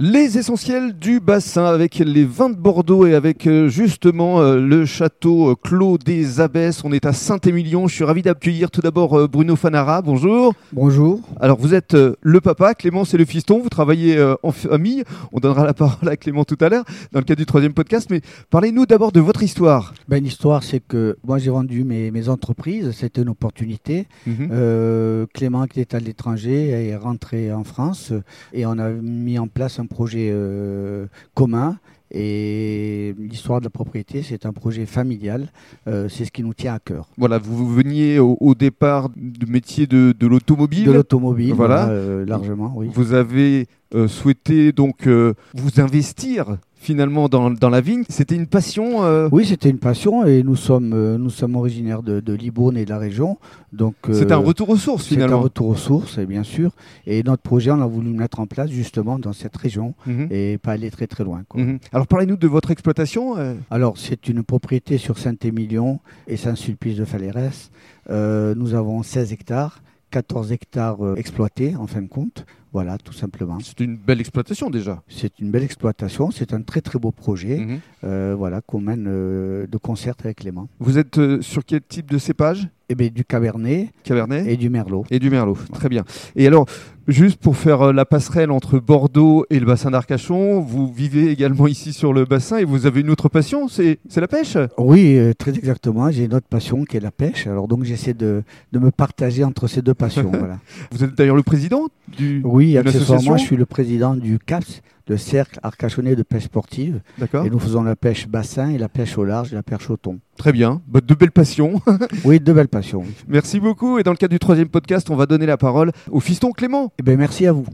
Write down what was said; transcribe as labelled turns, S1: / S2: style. S1: Les essentiels du bassin avec les vins de Bordeaux et avec euh, justement euh, le château euh, Clos des Abbesses. On est à Saint-Émilion. Je suis ravi d'accueillir tout d'abord euh, Bruno Fanara. Bonjour.
S2: Bonjour.
S1: Alors vous êtes euh, le papa, Clément c'est le fiston. Vous travaillez euh, en famille. On donnera la parole à Clément tout à l'heure dans le cadre du troisième podcast. Mais parlez-nous d'abord de votre histoire.
S2: Ben, L'histoire, c'est que moi, j'ai vendu mes, mes entreprises. C'était une opportunité.
S1: Mhm.
S2: Euh, Clément, qui était à l'étranger, est rentré en France et on a mis en place un projet euh, commun. Et l'histoire de la propriété, c'est un projet familial. Euh, c'est ce qui nous tient à cœur.
S1: Voilà, vous vous veniez au, au départ du métier de, de
S2: De
S1: l'automobile.
S2: l'automobile,
S1: Voilà.
S2: voilà, euh, largement, oui.
S1: Vous avez euh, souhaité donc euh, vous investir finalement dans, dans la vigne. C'était une passion. euh,
S2: Oui, c'était une passion et nous sommes, euh, nous sommes originaires de, de Libourne et de la région. Donc,
S1: C'est
S2: euh,
S1: un retour aux sources
S2: C'est un
S1: finalement.
S2: retour aux sources, et bien sûr. Et notre projet, on l'a voulu le mettre en place justement dans cette région
S1: Mhm.
S2: et pas aller très très loin. quoi.
S1: Mhm. Alors parlez-nous de votre exploitation. euh,
S2: Alors, c'est une propriété sur Saint-Émilion et Saint-Sulpice de Falérès. Euh, nous avons 16 hectares, 14 hectares euh, exploités en fin de compte. Voilà, tout simplement.
S1: C'est une belle exploitation déjà.
S2: C'est une belle exploitation, c'est un très très beau projet
S1: Mhm.
S2: euh, voilà, qu'on mène euh, de concert avec Clément.
S1: Vous êtes euh, sur quel type de cépage
S2: Et bien, du Cabernet
S1: Cabernet
S2: et du Merlot.
S1: et du Merlot. Très bien. Et alors, juste pour faire euh, la passerelle entre Bordeaux et le bassin d'Arcachon, vous vivez également ici sur le bassin et vous avez une autre passion, c'est c'est la pêche
S2: Oui, euh, très exactement. J'ai une autre passion qui est la pêche. Alors donc j'essaie de, de me partager entre ces deux passions. voilà.
S1: Vous êtes d'ailleurs le président du...
S2: Oui,
S1: Une association
S2: accessoirement, je suis le président du CAPS, le Cercle Arcachonnais de Pêche Sportive.
S1: D'accord.
S2: Et nous faisons la pêche bassin et la pêche au large et la pêche au thon.
S1: Très bien. Bah, de belles passions.
S2: Oui, deux belles passions.
S1: Merci beaucoup. Et dans le cadre du troisième podcast, on va donner la parole au fiston Clément.
S2: Eh bien, merci à vous.